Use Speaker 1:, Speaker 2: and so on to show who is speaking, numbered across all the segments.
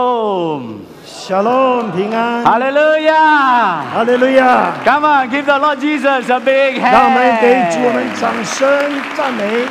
Speaker 1: Shalom.
Speaker 2: Shalom，平安，
Speaker 1: Hallelujah.
Speaker 2: 哈利路亚！
Speaker 1: Come on, give the Lord Jesus a big
Speaker 2: 让我们给主我
Speaker 1: hand.
Speaker 2: 们掌声赞美。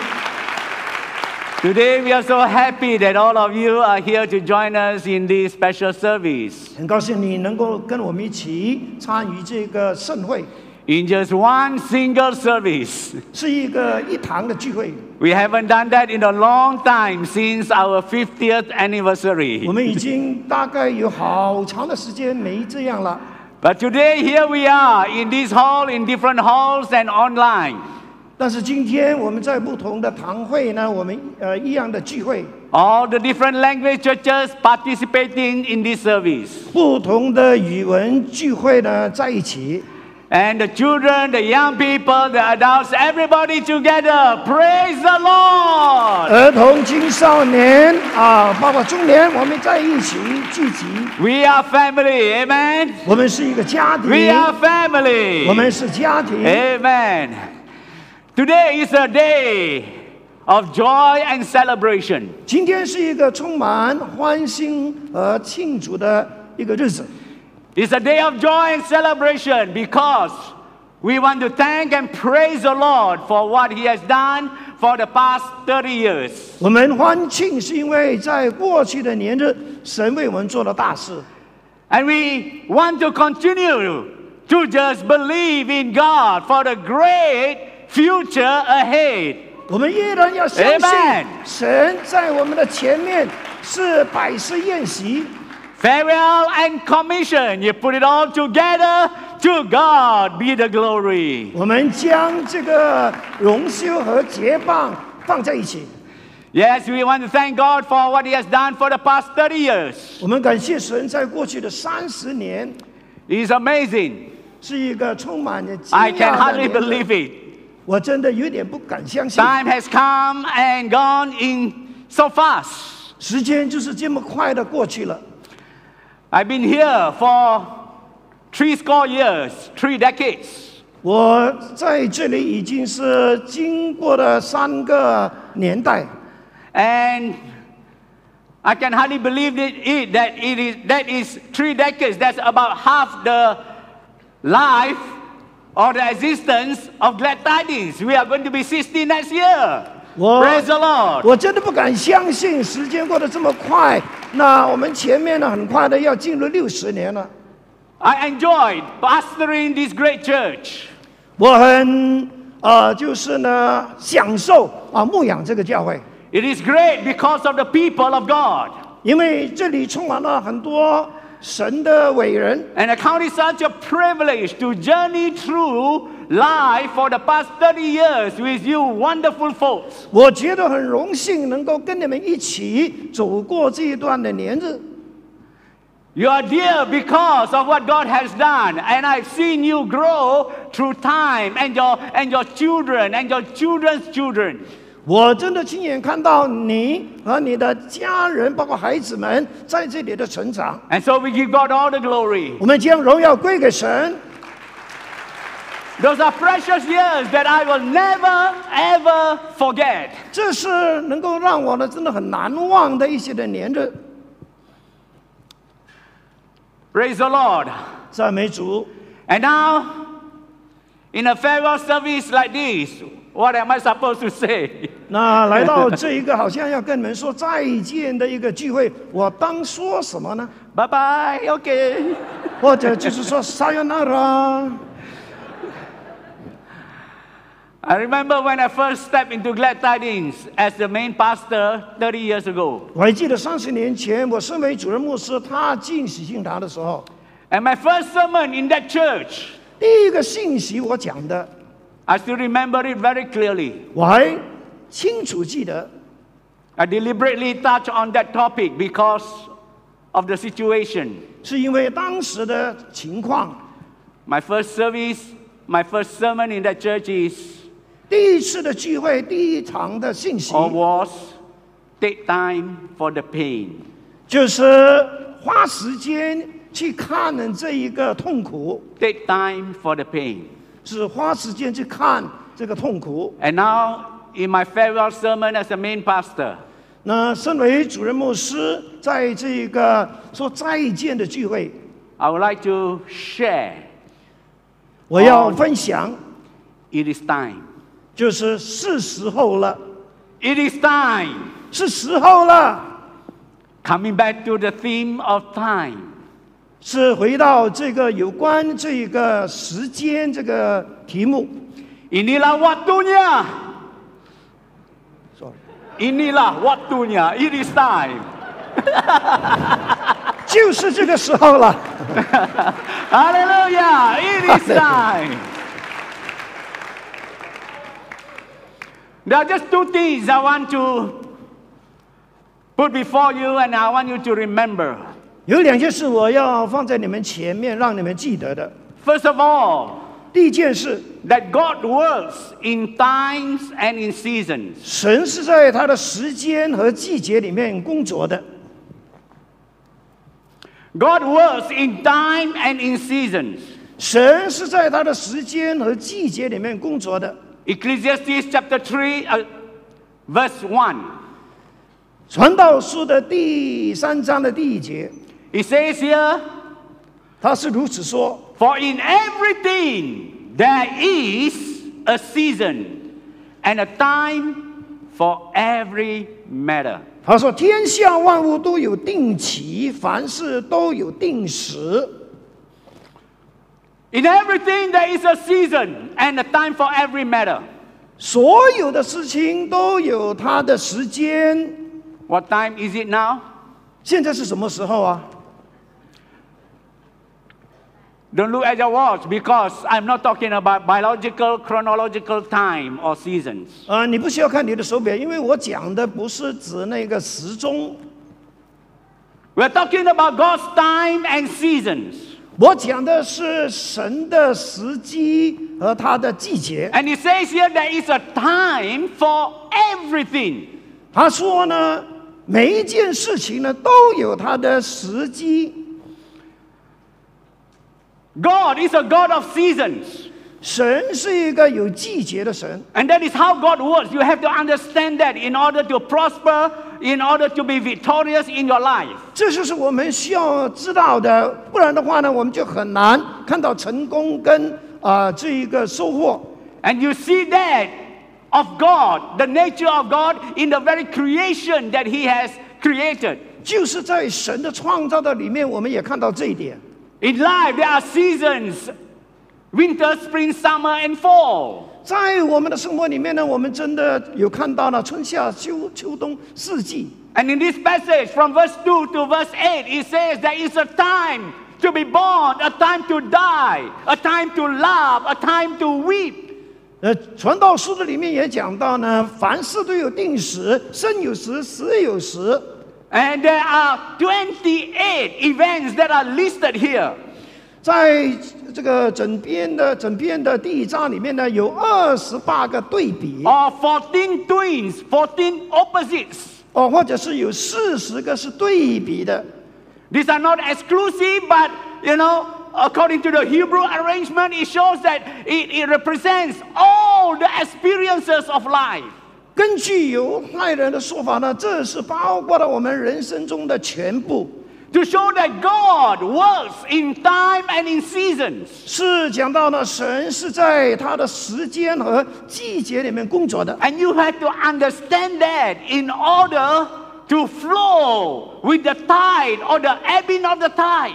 Speaker 1: Today we are so happy that all of you are here to join us in this special service.
Speaker 2: 很高兴你能够跟我们一起参与这个盛会，
Speaker 1: In just one single service.
Speaker 2: 是一个一堂的聚会。
Speaker 1: We haven't done that in a long time since our 50th
Speaker 2: 我
Speaker 1: anniversary.
Speaker 2: 们已经大概有好长的时间没这样了，
Speaker 1: But today here we are in this hall, in different halls and online.
Speaker 2: 但是今天我们在不同的堂会呢，我们呃一样的聚会，
Speaker 1: All the different language churches participating in this service.
Speaker 2: 不同的语文聚会呢在一起，
Speaker 1: And the children, the young people, the adults, everybody together. Praise the Lord!
Speaker 2: 儿童、青少年啊，包括中年，我们在一起聚集，
Speaker 1: We are family, amen?
Speaker 2: 我们是一个家庭。
Speaker 1: We are 哎
Speaker 2: 我们
Speaker 1: family.
Speaker 2: 是家庭，
Speaker 1: Amen. Today is a day of joy and celebration.
Speaker 2: 今天是一个充满欢欣和庆祝的一个日子。
Speaker 1: It's a day of joy and celebration because we want to thank and praise the Lord for what He has done for the past 30 years.
Speaker 2: 我们欢庆是因为在过去的年日，神为我们做了大事。
Speaker 1: And we want to continue to just believe in God for the great future ahead.
Speaker 2: 我们依然要相信
Speaker 1: Amen
Speaker 2: 神在我们的前面是百事宴席。
Speaker 1: Farewell and commission. You put it all together. To God be the glory.
Speaker 2: 我们将这个荣休和结棒放在一起。
Speaker 1: Yes, we want to thank God for what He has done for the past 30 years.
Speaker 2: 我们感谢神，在过去的三十年
Speaker 1: It's amazing.
Speaker 2: 是一个充满着惊
Speaker 1: I can
Speaker 2: 讶的
Speaker 1: hardly
Speaker 2: 年日
Speaker 1: believe it.
Speaker 2: 我真的有点不敢相信。
Speaker 1: Time has come and gone in so fast.
Speaker 2: 时间就是这么快的过去了。
Speaker 1: I've been here for three score years, three decades.
Speaker 2: 我在这里已经是经过了三个年代，
Speaker 1: And I can hardly believe it, it- that it is that is three decades. That's about half the life or the existence of Glad Tidings. We are going to be 60 next year.
Speaker 2: Wow.
Speaker 1: Praise the Lord.
Speaker 2: 我真的不敢相信时间过得这么快。那我们前面呢，很快的要进入六十年了。
Speaker 1: I enjoyed pastoring this great church.
Speaker 2: 我很呃，就是呢，享受啊牧养这个教会，
Speaker 1: It is great because of the people of God.
Speaker 2: 因为这里充满了很多神的伟人，
Speaker 1: And I count it such a privilege to journey through life for the past 30 years with you wonderful folks.
Speaker 2: 我觉得很荣幸能够跟你们一起走过这一段的年日。
Speaker 1: You are dear because of what God has done. And I've seen you grow through time and your, and your children and your children's children.
Speaker 2: 我真的亲眼看到你和你的家人，包括孩子们在这里的成长。
Speaker 1: And so we give God all the glory.
Speaker 2: 我们将荣耀归给神，
Speaker 1: Those are precious years that I will never, ever forget.
Speaker 2: 这是能够让我呢真的很难忘的一些的年日。
Speaker 1: Praise the Lord.
Speaker 2: 赞美主！
Speaker 1: And now, in a farewell service like this, what am I supposed to say?
Speaker 2: 那来到这一个好像要跟你们说再见的一个聚会，我当说什么呢？
Speaker 1: Bye bye, okay.
Speaker 2: 或者就是说 “sayonara”。
Speaker 1: I remember when I first stepped into Glad Tidings as the main pastor 30 years ago.
Speaker 2: 我还记得三十年前，我身为主任牧师踏进喜庆堂的时候，
Speaker 1: And my first sermon in that church,
Speaker 2: 第一个信息我讲的，
Speaker 1: I still remember it very clearly.
Speaker 2: 我还清楚记得。
Speaker 1: I deliberately touched on that topic because of the situation.
Speaker 2: 是因为当时的情况。
Speaker 1: My first service, my first sermon in that church is
Speaker 2: 第一次的聚会，第一堂的信息
Speaker 1: or was take time for the pain.
Speaker 2: 就是花时间去看这一个痛苦，
Speaker 1: Take time for the pain.
Speaker 2: 是花时间去看这个痛苦。
Speaker 1: And now, in my farewell sermon as the main pastor,
Speaker 2: 那身为主任牧师，在这个说再见的聚会，
Speaker 1: I would like to share
Speaker 2: 我要分享，
Speaker 1: it is time.
Speaker 2: 就是是时候了，
Speaker 1: It is time.
Speaker 2: 是时候了，
Speaker 1: Coming back to the theme of time.
Speaker 2: 是回到这个有关这个时间这个题目。
Speaker 1: Inilah waktunya.
Speaker 2: Sorry.
Speaker 1: Inilah waktunya. It is time.
Speaker 2: 就是这个时候了。
Speaker 1: Hallelujah. It is time. There are just two things I want to put before you and I want you to remember.
Speaker 2: 有两件事我要放在你们前面，让你们记得的。
Speaker 1: First of all,
Speaker 2: 第一件事，
Speaker 1: that God works in times and in seasons.
Speaker 2: 神是在他的时间和季节里面工作的。
Speaker 1: God works in time and in seasons.
Speaker 2: 神是在他的时间和季节里面工作的。
Speaker 1: Ecclesiastes chapter 3, uh, verse 1.
Speaker 2: 传道书的第三章的第一节，
Speaker 1: It says here,
Speaker 2: 他是如此说：
Speaker 1: For in everything there is a season and a time for every matter.
Speaker 2: 他说天下万物都有定期，凡事都有定时。
Speaker 1: In everything there is a season and a time for every matter.
Speaker 2: 所有的事情都有它的时间。
Speaker 1: What time is it now?
Speaker 2: 现在是什么时候啊？
Speaker 1: Don't look at your watch because I'm not talking about biological, chronological time or seasons.
Speaker 2: 啊，你不需要看你的手表，因为我讲的不是指那个时钟，
Speaker 1: We're talking about God's time and seasons.
Speaker 2: 我讲的是神的时机和他的季节。
Speaker 1: And it says here there is a time for everything.
Speaker 2: 他说呢，每一件事情呢都有它的时机，
Speaker 1: God is a God of seasons.
Speaker 2: 神是一个有季节的神，
Speaker 1: And that is how God works. You have to understand that in order to prosper, in order to be victorious in your life.
Speaker 2: 这就是我们需要知道的。不然的话呢，我们就很难看到成功跟啊、这一个收获。
Speaker 1: And you see that of God, the nature of God, in the very creation that He has created.
Speaker 2: 就是在神的创造的里面，我们也看到这一点。
Speaker 1: In life, there are seasons winter, spring, summer, and fall.
Speaker 2: 在我们的生活里面呢，我们真的有看到了春夏秋秋冬四季。
Speaker 1: And in this passage, from verse 2 to verse 8, it says there is a time to be born, a time to die, a time to laugh, a time to weep.
Speaker 2: 呃，传道书的里面也讲到呢，凡事都有定时，生有时，死有时。
Speaker 1: And there are 28 events that are listed here.
Speaker 2: 在这个整篇的整篇的第一章里面呢，有二十八个对比
Speaker 1: Or 14 twins, 14 opposites.
Speaker 2: 哦，或者是有四十个是对比的。
Speaker 1: These are not exclusive, but you know, according to the Hebrew arrangement, it shows that it, it represents all the experiences of life.
Speaker 2: 根据犹太人的说法呢，这是包括了我们人生中的全部，
Speaker 1: To show that God works in time and in seasons.
Speaker 2: 是讲到呢，神是在他的时间和季节里面工作的。
Speaker 1: And you have to understand that in order to flow with the tide or the ebbing of the tide.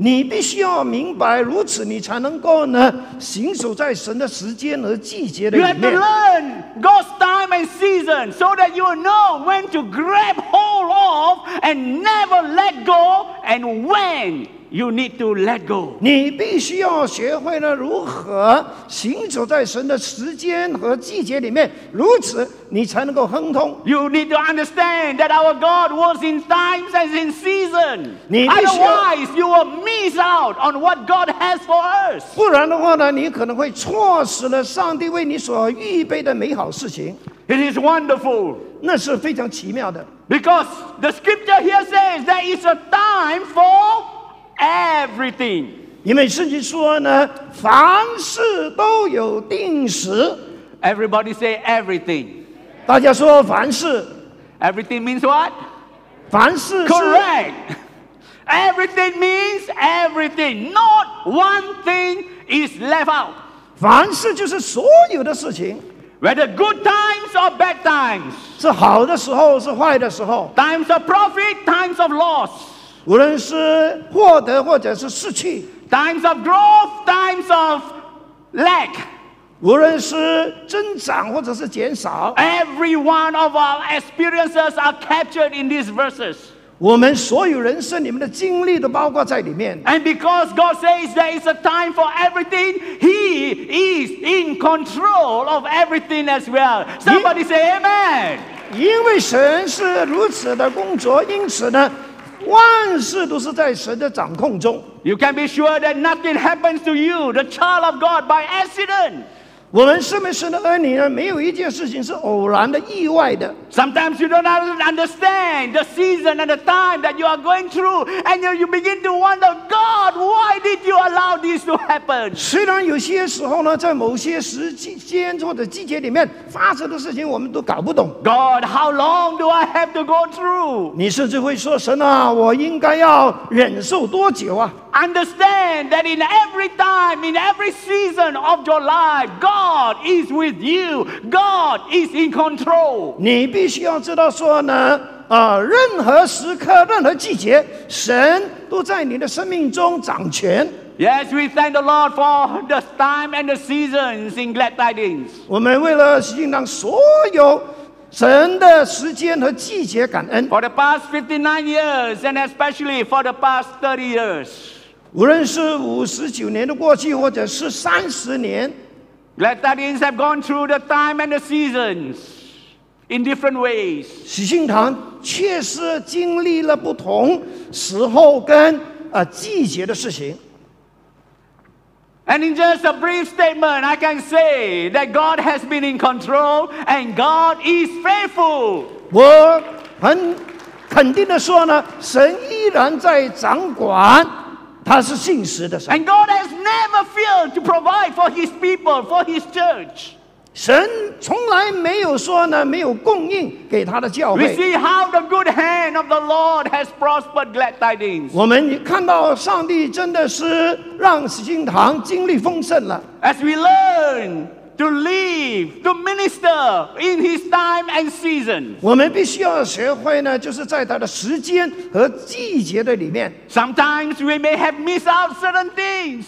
Speaker 2: 你必须要明白，如此你才能够呢，行走在神的时间和季节的
Speaker 1: You
Speaker 2: 里
Speaker 1: have to
Speaker 2: 面。
Speaker 1: learn God's time and season so that you will know when to grab hold of and never let go and when you need to let go.
Speaker 2: 你必须要学会了如何行走在神的时间和季节里面，如此你才能够亨通。
Speaker 1: You need to understand that our God works in times and in season.
Speaker 2: 你必须要-
Speaker 1: Otherwise, you will miss out on what God has for us.
Speaker 2: 不然的话呢，你可能会错失了上帝为你所预备的美好事情，
Speaker 1: It is wonderful
Speaker 2: 那是非常奇妙的。
Speaker 1: because the scripture here says there is a time for everything.
Speaker 2: 因为圣经说呢，凡事都有定时。
Speaker 1: Everybody say everything.
Speaker 2: 大家说凡事，
Speaker 1: Everything means what?
Speaker 2: 凡事是
Speaker 1: Correct. Everything means everything. Not one thing is left out.
Speaker 2: 凡事就是所有的事情，
Speaker 1: Whether good times or bad times,
Speaker 2: 是好的时候，是坏的时候，
Speaker 1: times of profit, times of loss,
Speaker 2: 无论是获得或者是失去，
Speaker 1: times of growth, times of lack.
Speaker 2: 无论是增长或者是减少，
Speaker 1: Every one of our experiences are captured in these verses.
Speaker 2: 我们所有人生里面的经历都包括在里面。
Speaker 1: And because God says there is a time for everything, He is in control of everything as well. Somebody say Amen.
Speaker 2: 因为神是如此的工作，因此呢，万事都是在神的掌控中。
Speaker 1: You can be sure that nothing happens to you, the child of God, by accident.
Speaker 2: 我们身为神的儿女呢，没有一件事情是偶然的、意外的。
Speaker 1: Sometimes you don't un- understand the season and the time that you are going through, and you, you begin to wonder, God, why did you allow this to happen?
Speaker 2: 虽然有些时候呢，在某些时间或者季节里面发生的事情，我们都搞不懂。
Speaker 1: God, how long do I have to go through?
Speaker 2: 你甚至会说：“神啊，我应该要忍受多久啊
Speaker 1: Understand that in every time, in every season of your life, God is with you. God is in？” control.
Speaker 2: 你必须要知道说呢，啊，任何时刻、任何季节，神都在你的生命中掌权。
Speaker 1: Yes, we thank the Lord for the time and the seasons in glad tidings.
Speaker 2: 我们为了应当所有神的时间和季节感恩，
Speaker 1: For the past 59 years, and especially for the past 30 years,
Speaker 2: 无论是五十九年的过去，或者是三十年，
Speaker 1: glad tidings have gone through the time and the seasons in different ways.
Speaker 2: 喜信堂确实经历了不同时候跟呃季节的事情。
Speaker 1: And in just a brief statement, I can say that God has been in control and God is faithful.
Speaker 2: 我很肯定的说呢，神依然在掌管，他是信实的神。
Speaker 1: And God has never failed to provide for his people, for his church.
Speaker 2: 神从来没有说呢没有供应给他的教
Speaker 1: We
Speaker 2: 会。
Speaker 1: see how the good hand of the Lord has prospered glad tidings.
Speaker 2: 我们看到上帝真的是让喜庆堂经历丰盛了。
Speaker 1: As we learn to live, to minister in his time and season.
Speaker 2: 我们必须要学会呢，就是在他的时间和季节的里面，
Speaker 1: Sometimes we may have missed out certain things.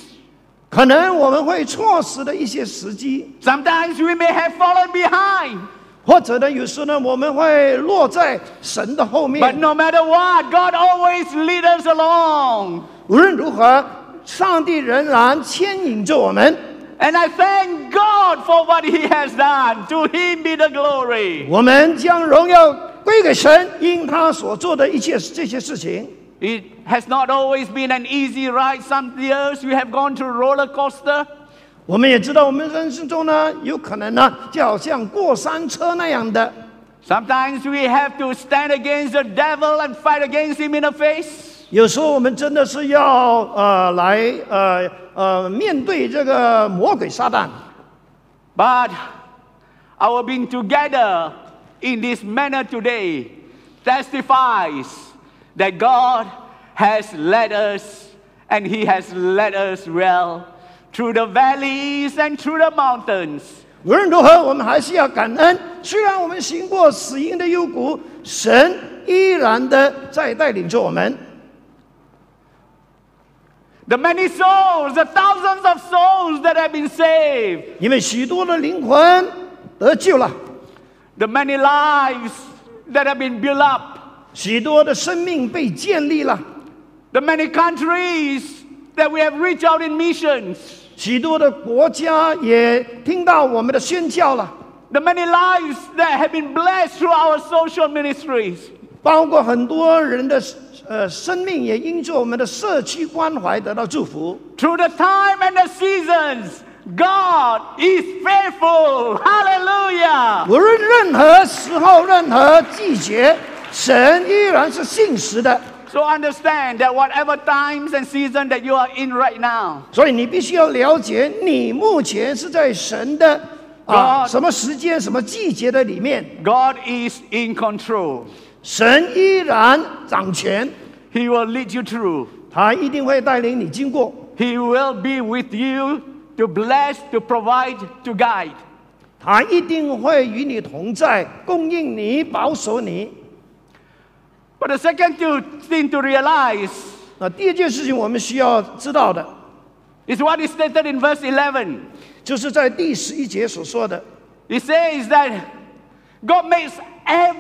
Speaker 2: 可能我们会错失的一些时机，
Speaker 1: Sometimes we may have fallen behind.
Speaker 2: 或者呢，有时呢我们会落在神的后
Speaker 1: But
Speaker 2: 面。
Speaker 1: no matter what, God always leads us along.
Speaker 2: 无论如何，上帝仍然牵引着我们。
Speaker 1: And I thank God for what He has done. To Him be the glory.
Speaker 2: 我们将荣耀归给神，因他所做的一切这些事情。
Speaker 1: It has not always been an easy ride. Some years we have gone through roller coaster.
Speaker 2: 我们也知道，我们人生中呢，有可能呢，就好像过山车那样的，
Speaker 1: Sometimes we have to stand against the devil and fight against him in the face.
Speaker 2: 有时候我们真的是要呃来呃呃面对这个魔鬼撒旦。
Speaker 1: But our being together in this manner today testifies that God has led us and He has led us well through the valleys and through the mountains.
Speaker 2: 无论如何，我们还是要感恩。虽然我们行过死荫的幽谷，神依然的在带领着我们。
Speaker 1: The many souls, the thousands of souls that have been saved,
Speaker 2: 因为许多的灵魂得救了，
Speaker 1: the many lives that have been built up,
Speaker 2: 许多的生命被建立了，
Speaker 1: the many countries that we have reached out in missions,
Speaker 2: 许多的国家也听到我们的宣教了，
Speaker 1: the many lives that have been blessed through our social ministries.
Speaker 2: 包括很多人的呃生命也因着我们的社区关怀得到祝福。
Speaker 1: Through the time and the seasons, God is faithful. Hallelujah.
Speaker 2: 无论任何时候、任何季节，神依然是信实的。
Speaker 1: So understand that whatever times and season that you are in right now,
Speaker 2: 所以你必须要了解，你目前是在神的啊
Speaker 1: God
Speaker 2: 什么时间、什么季节的里面，
Speaker 1: God is in control.
Speaker 2: 神依然掌权，
Speaker 1: He will lead you through.
Speaker 2: 他一定会带领你经过，
Speaker 1: He will be with you to bless, to provide, to guide.
Speaker 2: 他一定会与你同在，供应你，保守你。
Speaker 1: But the second two- thing to realize
Speaker 2: 那第一件事情我们需要知道的，
Speaker 1: is what is stated in verse 11.
Speaker 2: 就是在第十一节所说的，
Speaker 1: It says that God makes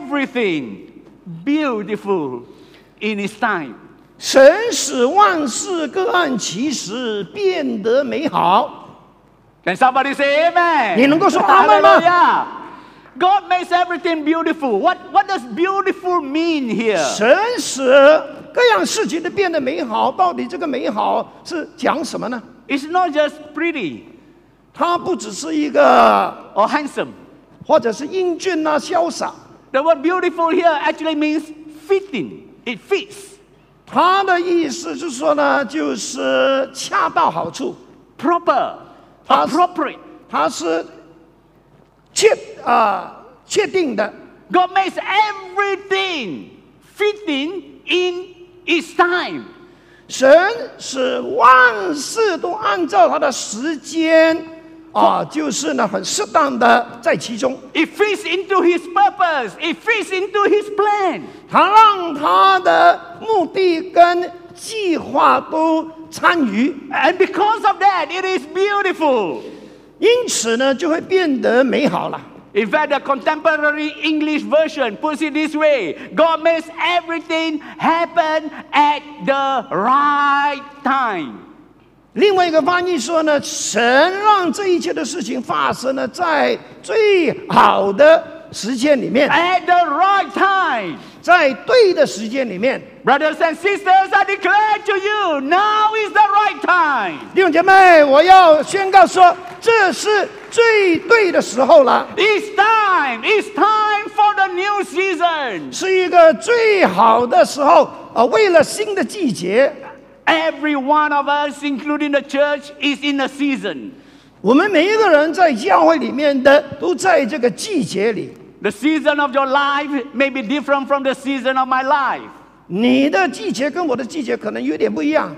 Speaker 1: everything beautiful in His time.
Speaker 2: 神使万事各按其时，变得美好。
Speaker 1: Can somebody say amen?
Speaker 2: 你能够说阿门吗？
Speaker 1: Hallelujah. God makes everything beautiful. What, what does beautiful mean here?
Speaker 2: 神使各样事情都变得美好，到底这个美好是讲什么呢？
Speaker 1: It's not just pretty
Speaker 2: 它不只是一个，
Speaker 1: or handsome.
Speaker 2: 或者是英俊啊、潇洒，
Speaker 1: The word beautiful here actually means fitting. It fits.
Speaker 2: 它的意思就是说呢，就是恰到好处，
Speaker 1: Proper.
Speaker 2: Us-
Speaker 1: Appropriate.
Speaker 2: 它是确啊、确定的。
Speaker 1: God makes everything fitting in its time.
Speaker 2: 神使万事都按照他的时间啊，就是呢很适当的在其中，
Speaker 1: It fits into his purpose. It fits into his plan.
Speaker 2: 他让他的目的跟计划都参与，
Speaker 1: And because of that, it is beautiful.
Speaker 2: 因此呢就会变得美好了。
Speaker 1: In fact, the contemporary English version puts it this way God makes everything happen at the right time.
Speaker 2: 另外一个翻译说呢，神让这一切的事情发生呢，在最好的时间里面，
Speaker 1: At the right time.
Speaker 2: 在对的时间里面。
Speaker 1: Brothers and sisters, I declare to you, now is the right time.
Speaker 2: 弟兄姐妹，我要宣告说，这是最对的时候了，
Speaker 1: It's time. It's time for the new season.
Speaker 2: 是一个最好的时候啊、呃为了新的季节，
Speaker 1: Every one of us, including the church, is in a season.
Speaker 2: 我们每一个人在教会里面的都在这个季节里。
Speaker 1: The season of your life may be different from the season of my life.
Speaker 2: 你的季节跟我的季节可能有点不一样，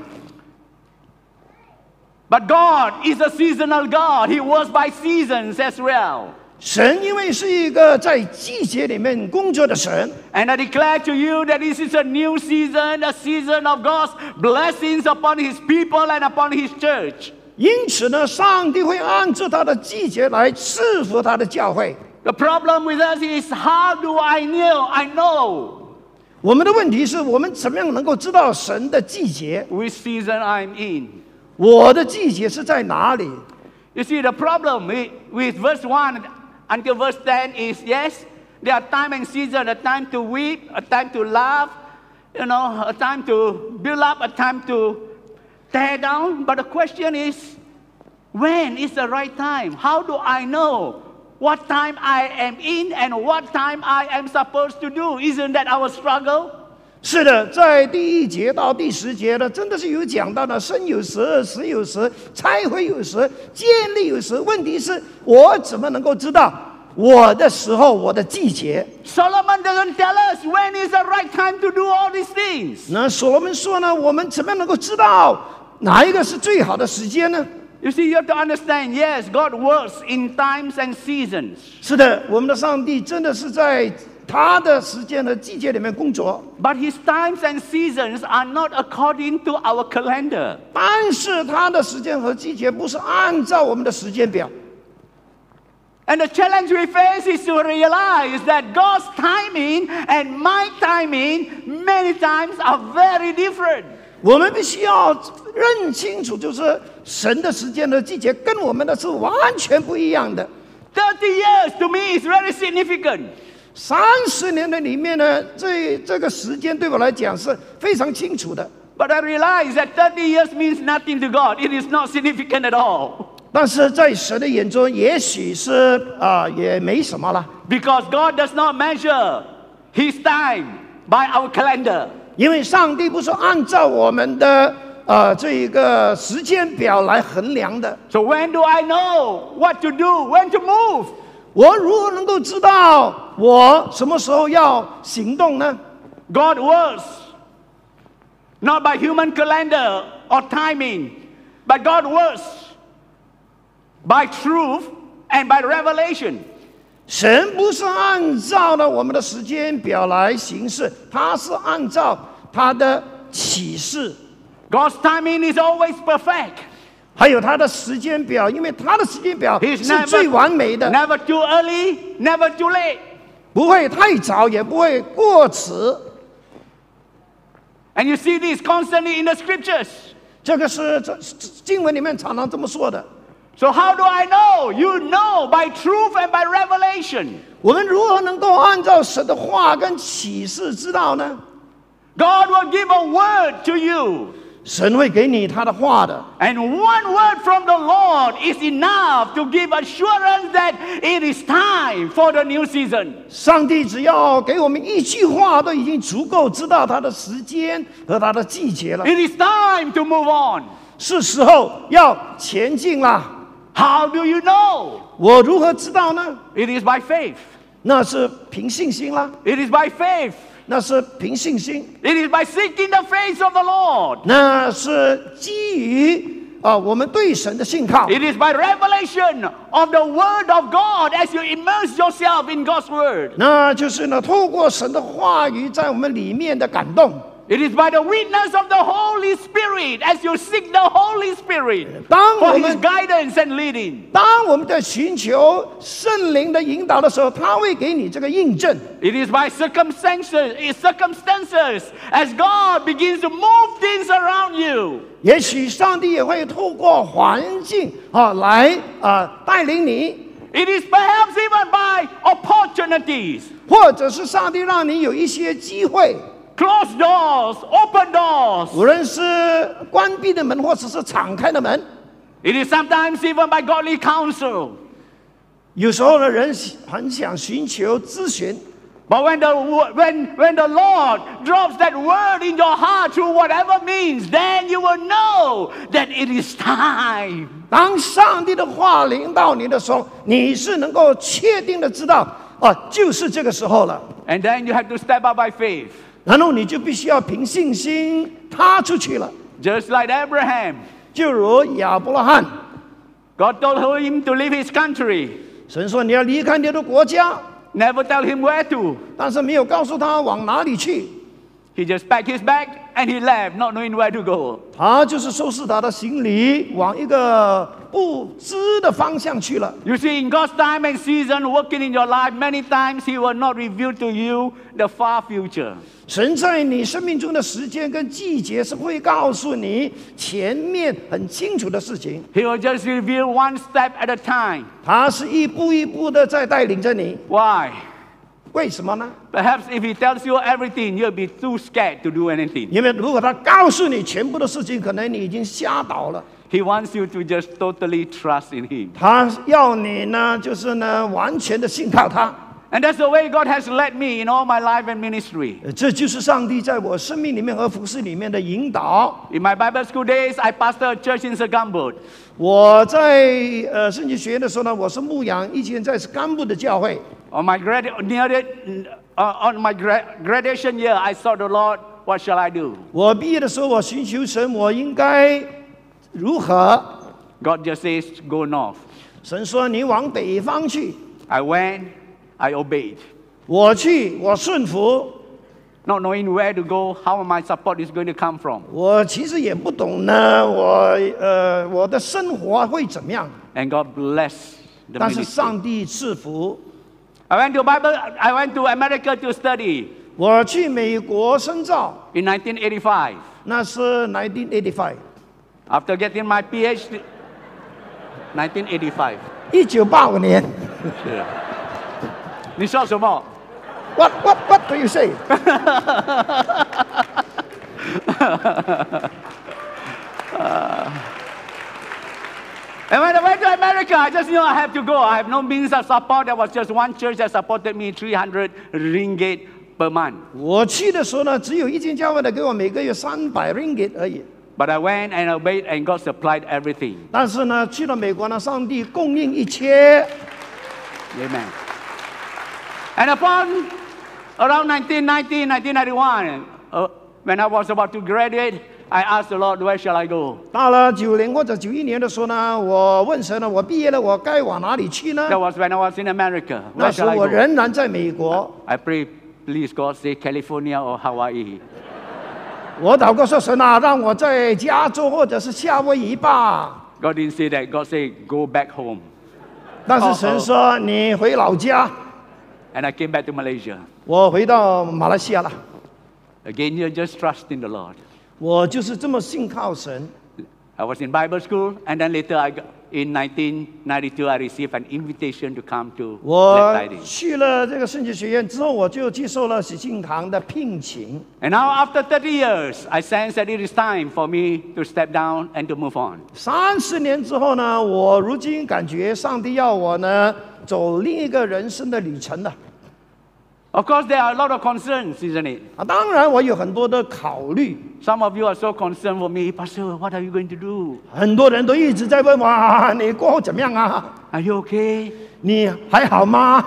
Speaker 1: But God is a seasonal God. He works by seasons as well.
Speaker 2: 神因为是一个在季节里面工作的神，
Speaker 1: And I declare to you that this is a new season, a season of God's blessings upon His people and upon His church.
Speaker 2: 因此呢，上帝会按照他的季节来赐福他的教会。
Speaker 1: The problem with us is how do I know? I know
Speaker 2: 我们的问题是我们怎么样能够知道神的季节？
Speaker 1: which season I'm in.
Speaker 2: 我的季节是在哪里？
Speaker 1: You see, the problem with, with verse 1 until verse 10 is yes, there are time and season, a time to weep, a time to laugh, you know, a time to build up, a time to tear down. But the question is, when is the right time? How do I know what time I am in and what time I am supposed to do? Isn't that our struggle?
Speaker 2: 是的，在第一节到第十节呢，真的是有讲到的，生有时，死有时，拆毁有时，建立有时。问题是，我怎么能够知道我的时候，我的季节？
Speaker 1: Solomon doesn't tell us when is the right time to do all these things.
Speaker 2: 那所罗门说呢，我们怎么样能够知道哪一个是最好的时间呢？
Speaker 1: You see, you have to understand, yes, God works in times and seasons,
Speaker 2: 是的，我们的上帝真的是在他的时间和季节里面工作，
Speaker 1: but his times and seasons are not according to our calendar.
Speaker 2: 但是他的时间和季节不是按照我们的时间表。
Speaker 1: And the challenge we face is to realize that God's timing and my timing many times are very different.
Speaker 2: 我们必须要认清楚，就是神的时间和季节跟我们的是完全不一样的。
Speaker 1: 30 years to me is very significant.
Speaker 2: 三十年的里面呢，这这个时间对我来讲是非常清楚的。
Speaker 1: But I realize that 30 years means nothing to God. It is not significant at all.
Speaker 2: 但是在神的眼中，也许是啊、也没什么了，
Speaker 1: Because God does not measure his time by our calendar.
Speaker 2: 因为上帝不是按照我们的呃这一个时间表来衡量的。
Speaker 1: So when do I know what to do, when to move?
Speaker 2: 我如何能够知道我什么时候要行动呢？
Speaker 1: God works not by human calendar or timing, but God works by truth and by revelation.
Speaker 2: 神不是按照了我们的时间表来行事，他是按照他的启示，
Speaker 1: God's timing is always perfect.
Speaker 2: 还有他的时间表，因为他的时间表
Speaker 1: He's
Speaker 2: 是最完美的，
Speaker 1: never too early, never too late.
Speaker 2: 不会太早，也不会过迟。
Speaker 1: And you see this constantly in the scriptures.
Speaker 2: 这个是这这经文里面常常这么说的。
Speaker 1: So how do I know? You know by truth and by revelation.
Speaker 2: 我们如何能够按照神的话跟启示知道呢？
Speaker 1: God will give a word to you.
Speaker 2: 神会给你他的话的，
Speaker 1: And one word from the Lord is enough to give assurance that it is time for the new season.
Speaker 2: 上帝只要给我们一句话，都已经足够知道他的时间和他的季节了。
Speaker 1: It is time to move on.
Speaker 2: 是时候要前进啦！
Speaker 1: How do you know?
Speaker 2: 我如何知道呢？
Speaker 1: It is by faith.
Speaker 2: 那是凭信心啦，
Speaker 1: It is by faith.
Speaker 2: 那是凭信心，
Speaker 1: It is by seeking the face of the Lord.
Speaker 2: 那是基于啊、我们对神的信靠，
Speaker 1: It is by revelation of the Word of God as you immerse yourself in God's Word.
Speaker 2: 那就是呢，透过神的话语在我们里面的感动。
Speaker 1: It is by the witness of the Holy Spirit as you seek the Holy Spirit
Speaker 2: 当我
Speaker 1: for His
Speaker 2: 们
Speaker 1: guidance and leading.
Speaker 2: 当我们在寻求圣灵的引导的时候，他会给你这个印证。
Speaker 1: It is by circumstances, eh, circumstances as God begins to move things around you.
Speaker 2: 也许上帝也会透过环境啊来啊带领你，
Speaker 1: It is perhaps even by opportunities,
Speaker 2: 或者是上帝让你有一些机会，
Speaker 1: closed doors, open doors.
Speaker 2: 无论是关闭的门或者是敞开的门。
Speaker 1: It is sometimes even by godly counsel.
Speaker 2: 有时候呢，人很想寻求咨询，
Speaker 1: But when the, wo- when, when the Lord drops that word in your heart through whatever means, then you will know that it is time.
Speaker 2: 当上帝的话临到你的时候，你是能够确定的知道啊，就是这个时候了。
Speaker 1: And then you have to step up by faith,
Speaker 2: 然后你就必须要凭信心踏出去了。
Speaker 1: just like Abraham.
Speaker 2: 就如亚伯拉罕，
Speaker 1: God told him to leave his country,
Speaker 2: 神说你要离开你的国家，
Speaker 1: never tell him where to.
Speaker 2: 但是没有告诉他往哪里去。
Speaker 1: He just packed his bag and he left, not knowing where to go.
Speaker 2: 他就是收拾他的行李，往一个不知的方向去了。
Speaker 1: You see, in God's time and season working in your life, many times He will not reveal to you the far future.
Speaker 2: 神在你生命中的时间跟季节是会告诉你前面很清楚的事情，
Speaker 1: He will just reveal one step at a time.
Speaker 2: 他是一步一步的在带领着你。
Speaker 1: Why?
Speaker 2: 为什么呢？
Speaker 1: Perhaps if he tells you everything, you'll be too scared to do anything.
Speaker 2: 因为如果他告诉你全部的事情，可能你已经吓倒了。
Speaker 1: He wants you to just totally trust in him.
Speaker 2: 他要你呢，就是呢，完全的信靠他。
Speaker 1: And that's the way God has led me in all my life and ministry.
Speaker 2: 呃这就是上帝在我生命里面和服饰里面的引导。
Speaker 1: In my Bible school days, I pastored a church in Segambut.
Speaker 2: 我在呃圣经学院的时候呢，我是牧羊，以前在甘布的教会。
Speaker 1: On my, grad- near it, uh, on my gra- graduation year, I sought the Lord, what shall I do?
Speaker 2: 我毕业的时候，我寻求神，我应该如何？
Speaker 1: God just says, go north.
Speaker 2: 神说：“你往北方去。
Speaker 1: I went, I obeyed. ”
Speaker 2: 我去，我顺服。
Speaker 1: Not knowing where to go, how my support is going to come from.
Speaker 2: 我其实也不懂呢，我呃我的生活会怎么样？
Speaker 1: And God bless the
Speaker 2: 但是
Speaker 1: ministry.
Speaker 2: 上帝赐福。
Speaker 1: I went to Bible, I went to America to study
Speaker 2: 我去美国深造，
Speaker 1: in 1985.
Speaker 2: 那是 nineteen eighty five，
Speaker 1: After getting my PhD, 1985.
Speaker 2: 一九八五年。
Speaker 1: 你笑什么？
Speaker 2: What what what do you say？
Speaker 1: And when I went to America, I just knew I have to go. I have no means of support. There was just one church that supported me 300 ringgit per month.
Speaker 2: 我去的时候呢，只有一间教会的给我每个月三百 ringgit 而已。
Speaker 1: But I went and obeyed, and God supplied everything.
Speaker 2: 但是呢，去了美国呢，上帝供应一切。
Speaker 1: Amen. And upon around 1990, 1991, uh, when I was about to graduate, I asked the Lord, where shall I go?
Speaker 2: 到了九零或者九一年的时候呢，我问神了，我毕业了，我该往哪里去呢
Speaker 1: That？was when I was in America.
Speaker 2: 那
Speaker 1: Where
Speaker 2: 时
Speaker 1: shall
Speaker 2: 我
Speaker 1: I go?
Speaker 2: 仍然在美国，
Speaker 1: I pray, please God, say California or Hawaii.
Speaker 2: 我祷告说神啊，让我在加州或者是夏威夷吧。
Speaker 1: God didn't say that. God said, go back home.
Speaker 2: 但
Speaker 1: 哦
Speaker 2: 是神说你回老家，
Speaker 1: And I came back to Malaysia.
Speaker 2: 我回到马来西亚了。
Speaker 1: Again, you just trust in the Lord.
Speaker 2: 我就是这么信靠神。
Speaker 1: I was in Bible school, and then later, I got, in 1992, I received an invitation to come to
Speaker 2: 我
Speaker 1: Black Tidings.
Speaker 2: 去了这个圣经学院之后，我就接受了喜庆堂的聘请。
Speaker 1: And now, after 30 years, I sense that it is time for me to step down and to move on.
Speaker 2: 三十年之后呢，我如今感觉上帝要我呢走另一个人生的旅程了
Speaker 1: Of course, there are a lot of concerns, isn't it?
Speaker 2: 啊！当然，我有很多的考虑，
Speaker 1: Some of you are so concerned for me, Pastor, what are you going to do?
Speaker 2: 很多人都一直在问我啊，你过后怎么样啊？
Speaker 1: Are you okay?
Speaker 2: 你还好吗？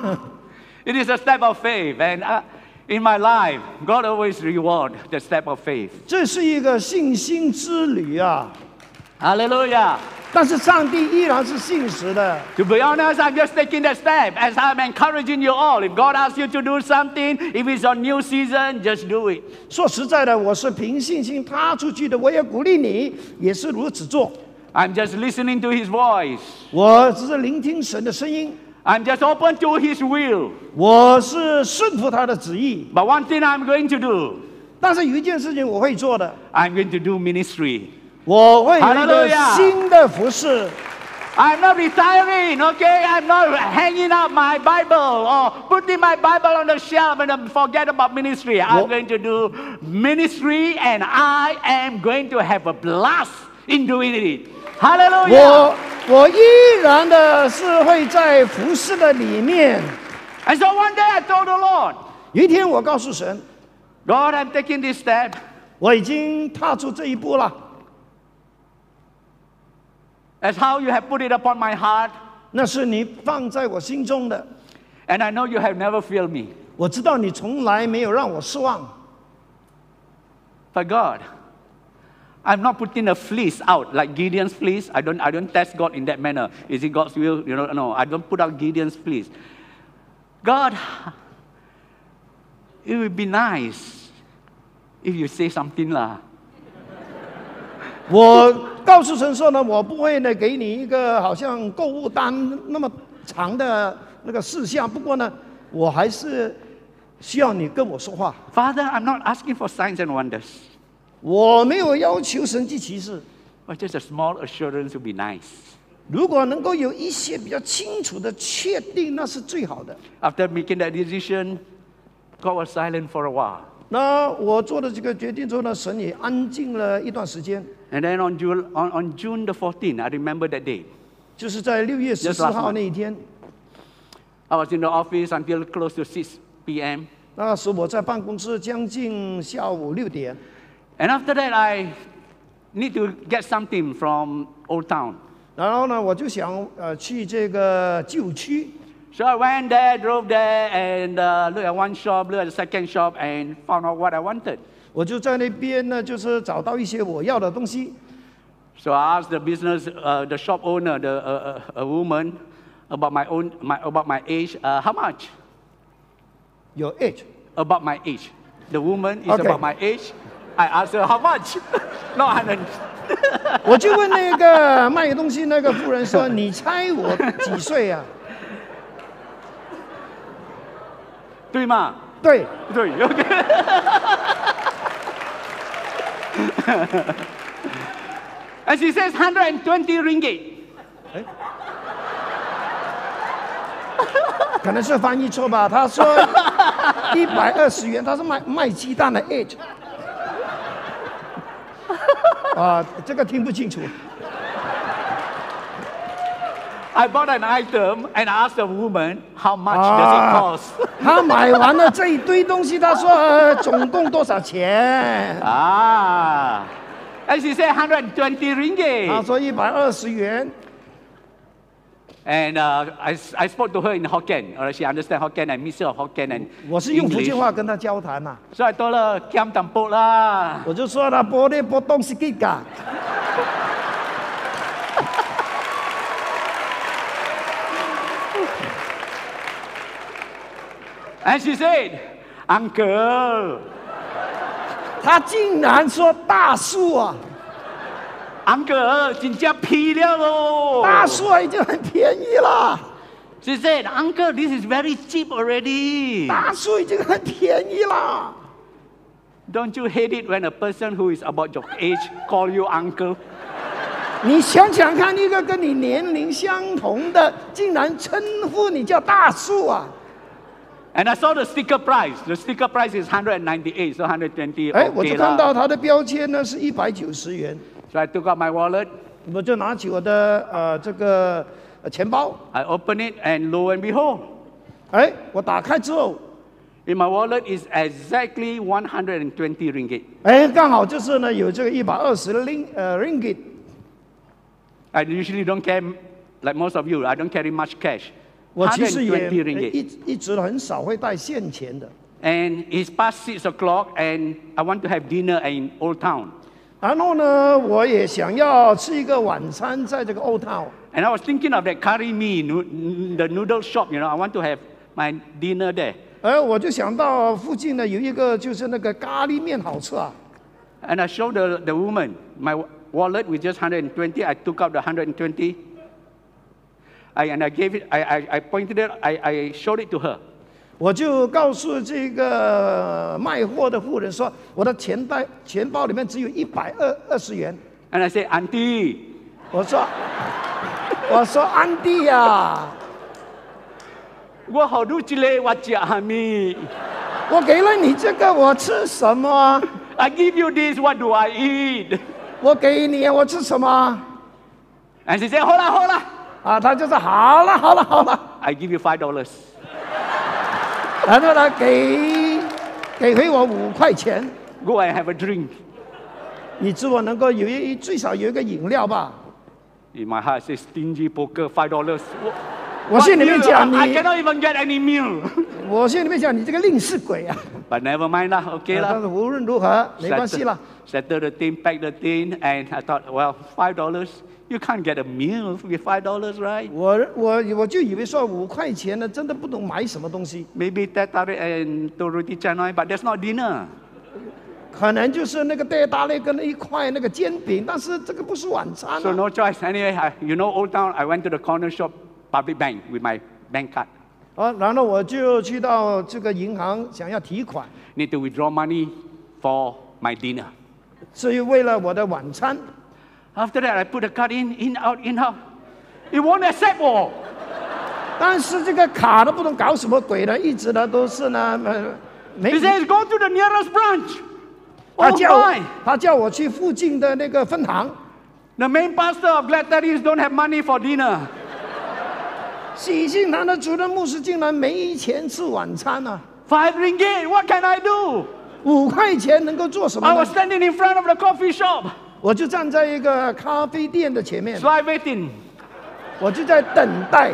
Speaker 1: It is a step of faith, and I, in my life, God always reward the step of faith.
Speaker 2: 这是一个信心之旅啊！
Speaker 1: Hallelujah.
Speaker 2: 但是上帝依然是信实的。
Speaker 1: To be honest, I'm just taking that step as I'm encouraging you all. If God asks you to do something, if it's a new season, just do it.
Speaker 2: 说实在的，我是凭信心踏出去的，我也鼓励你也是如此做。
Speaker 1: I'm just listening to His voice.
Speaker 2: 我只是聆听神的声音，
Speaker 1: I'm just open to His will.
Speaker 2: 我是顺服他的旨意。
Speaker 1: But one thing I'm going to do,
Speaker 2: 但是有一件事情我会做的，
Speaker 1: I'm going to do ministry.
Speaker 2: 我会有一个
Speaker 1: Hallelujah
Speaker 2: 新的服饰。
Speaker 1: I'm not retiring, okay? I'm not hanging up my Bible or putting my Bible on the shelf and then forget about ministry. I'm
Speaker 2: Wo-
Speaker 1: going to do ministry and I am going to have a blast in doing it. Hallelujah.
Speaker 2: 我我依然的是会在服饰的里面。
Speaker 1: And so one day I told the Lord,
Speaker 2: 有一天我告诉神，
Speaker 1: God, I'm taking this step
Speaker 2: 我已经踏出这一步了，
Speaker 1: as how you have put it upon my heart.
Speaker 2: 那是你放在我心中的。
Speaker 1: And I know you have never failed me.
Speaker 2: 我知道你从来没有让我失望，
Speaker 1: But God, I'm not putting a fleece out like Gideon's fleece. I don't, I don't test God in that manner. Is it God's will? You know, no, I don't put out Gideon's fleece. God, it would be nice if you say something lah.
Speaker 2: 我告诉神说呢，我不会呢给你一个好像购物单那么长的那个事项。不过呢，我还是需要你跟我说话。
Speaker 1: Father, I'm not asking for signs and wonders,
Speaker 2: 我没有要求神迹奇事，
Speaker 1: but just a small assurance would be nice.
Speaker 2: 如果能够有一些比较清楚的确定，那是最好的。
Speaker 1: After making that decision, God was silent for a while.
Speaker 2: 那我做了这个决定之后呢，神也安静了一段时间，
Speaker 1: And then on June, on, on June the 14th, I remember that day.
Speaker 2: 就是在六月十
Speaker 1: Yes,
Speaker 2: 四
Speaker 1: last
Speaker 2: 号
Speaker 1: month.
Speaker 2: 那一天，
Speaker 1: I was in the office until close to 6 p.m.
Speaker 2: 那时我在办公室将近下午六点，
Speaker 1: And after that, I need to get something from Old Town.
Speaker 2: 然后呢，我就想呃去这个旧区，
Speaker 1: So I went there, drove there, and uh, looked at one shop, looked at the second shop, and found out what I wanted.
Speaker 2: 我就在那边呢，就是找到一些我要的东西。
Speaker 1: So I asked the business, uh, the shop owner, the uh, uh, a woman, about my own, my, about my age. Uh, how much?
Speaker 2: 有 H，
Speaker 1: About my age. The woman is
Speaker 2: Okay.
Speaker 1: about my age. I asked her how much. no, hundred.
Speaker 2: 我就问那个卖东西那个妇人说：“你猜我几岁啊
Speaker 1: 对吗？”
Speaker 2: 对，
Speaker 1: 对，OK。And she says 120 ringgit.
Speaker 2: 可能是翻译错吧。他说一百二十元，他是卖卖鸡蛋的 H。啊，这个听不清楚。
Speaker 1: I bought an item and I asked the woman how much does it cost.
Speaker 2: 他买完了这一堆东西，他说、呃、总共多少钱？
Speaker 1: Ah. And she said 120
Speaker 2: 他
Speaker 1: ringgit.
Speaker 2: 说一百二十元。
Speaker 1: And uh, I, I spoke to her in Hokkien. All right, she understands Hokkien and mixture of Hokkien and
Speaker 2: 我是用福
Speaker 1: English.
Speaker 2: 建话跟他交谈呐、
Speaker 1: So I told her, "Kiam tampuk lah."
Speaker 2: 我就说了，玻璃波动是给噶。
Speaker 1: And she said, Uncle,
Speaker 2: 他竟然说大叔啊，
Speaker 1: Uncle, 真正批了咯。
Speaker 2: 大叔啊已经很便宜了，
Speaker 1: She said, Uncle, this is very cheap already.
Speaker 2: 大叔已经很便宜了。
Speaker 1: Don't you hate it when a person who is about your age call you uncle?
Speaker 2: 你想想看，一个跟你年龄相同的，竟然称呼你叫大叔啊！
Speaker 1: And I saw the sticker price. The sticker price is 198, so 120.
Speaker 2: 哎，我
Speaker 1: okay
Speaker 2: 就看
Speaker 1: 啦
Speaker 2: 到他的标签呢是一百九十元，
Speaker 1: So I took out my wallet,
Speaker 2: 我就拿起我的呃这个呃钱包，
Speaker 1: I opened it, and lo and behold,
Speaker 2: 哎，我打开之后，
Speaker 1: in my wallet is exactly 120 ringgit.
Speaker 2: 哎，刚好就是呢有这个一百二十零呃 ringgit，
Speaker 1: I usually don't carry, like most of you, I don't carry much cash.
Speaker 2: 我其实也
Speaker 1: 120
Speaker 2: 呃
Speaker 1: ringgit.
Speaker 2: 一一直很少会带现钱的。
Speaker 1: And it's past six o'clock, and I want to have dinner in Old Town.
Speaker 2: 然后呢，我也想要吃一个晚餐，在这个 Old Town。
Speaker 1: And I was thinking of that curry mee, noo- the noodle shop, you know, I want to have my dinner there.
Speaker 2: 哎，我就想到附近呢有一个就是那个咖喱面好吃啊，
Speaker 1: And I showed the, the woman my wa- wallet with just 120. I took out the 120. I, and I gave it, I, I, I pointed it, I, I showed it to her.
Speaker 2: 我就告诉这个卖货的妇人说，我的钱袋钱包里面只有一百二二十元。
Speaker 1: And I said, Auntie,
Speaker 2: 我说，我说安迪呀、
Speaker 1: I
Speaker 2: 我给了你这个，我吃什么啊？
Speaker 1: give you this, what do I eat?
Speaker 2: 我给你，我吃什么啊？
Speaker 1: And she said, Hold on, hold on.
Speaker 2: 啊，他就说好了，好了，好了。
Speaker 1: I give you $5.
Speaker 2: 然后呢，给给回我五块钱。
Speaker 1: Go and have a drink.
Speaker 2: 你知我能够有一最少有一个饮料吧？
Speaker 1: In my heart, says stingy poker, five dollars.
Speaker 2: 我心里面讲
Speaker 1: I
Speaker 2: 你，
Speaker 1: cannot even get any meal.
Speaker 2: 我心里面讲你这个吝啬鬼啊！
Speaker 1: But never mind lah, okay
Speaker 2: 但
Speaker 1: lah.
Speaker 2: 是无论如何，没关系啦
Speaker 1: Settle,。settle the thing, pack the thing, and I thought, well, five dollars. You can't get a meal with five dollars, right?
Speaker 2: 我我我就以为说五块钱呢，真的不懂买什么东西，
Speaker 1: Maybe teh tarik and turuti canai, but that's not dinner.
Speaker 2: 可能就是那个带大那跟那一块那个煎饼，但是这个不是晚餐、
Speaker 1: So
Speaker 2: 啊。
Speaker 1: no choice. Anyway, I, you know, Old Town. I went to the corner shop, Public Bank, with my bank card.
Speaker 2: 啊，然后我就去到这个银行想要提款，
Speaker 1: Need to withdraw money for my dinner.
Speaker 2: 是为了我的晚餐。
Speaker 1: After that, I put the card in, in, out, in, out. It won't accept all.
Speaker 2: 但是这个卡都不懂搞什么鬼的，一直呢都是呢，呃，没
Speaker 1: He says, go to the nearest branch.
Speaker 2: 他
Speaker 1: Oh
Speaker 2: 叫我
Speaker 1: my!
Speaker 2: 他叫我去附近的那个分行，
Speaker 1: The main pastor of Glad Tidings don't have money for dinner.
Speaker 2: 喜信堂的主任牧师竟然没钱吃晚餐呢、
Speaker 1: Five ringgit, what can I do?
Speaker 2: 五块钱能够做什
Speaker 1: I
Speaker 2: 么
Speaker 1: was
Speaker 2: 呢？
Speaker 1: standing in front of the coffee shop,
Speaker 2: 我就站在一个咖啡店的前面，
Speaker 1: so waiting.
Speaker 2: 我就在等待。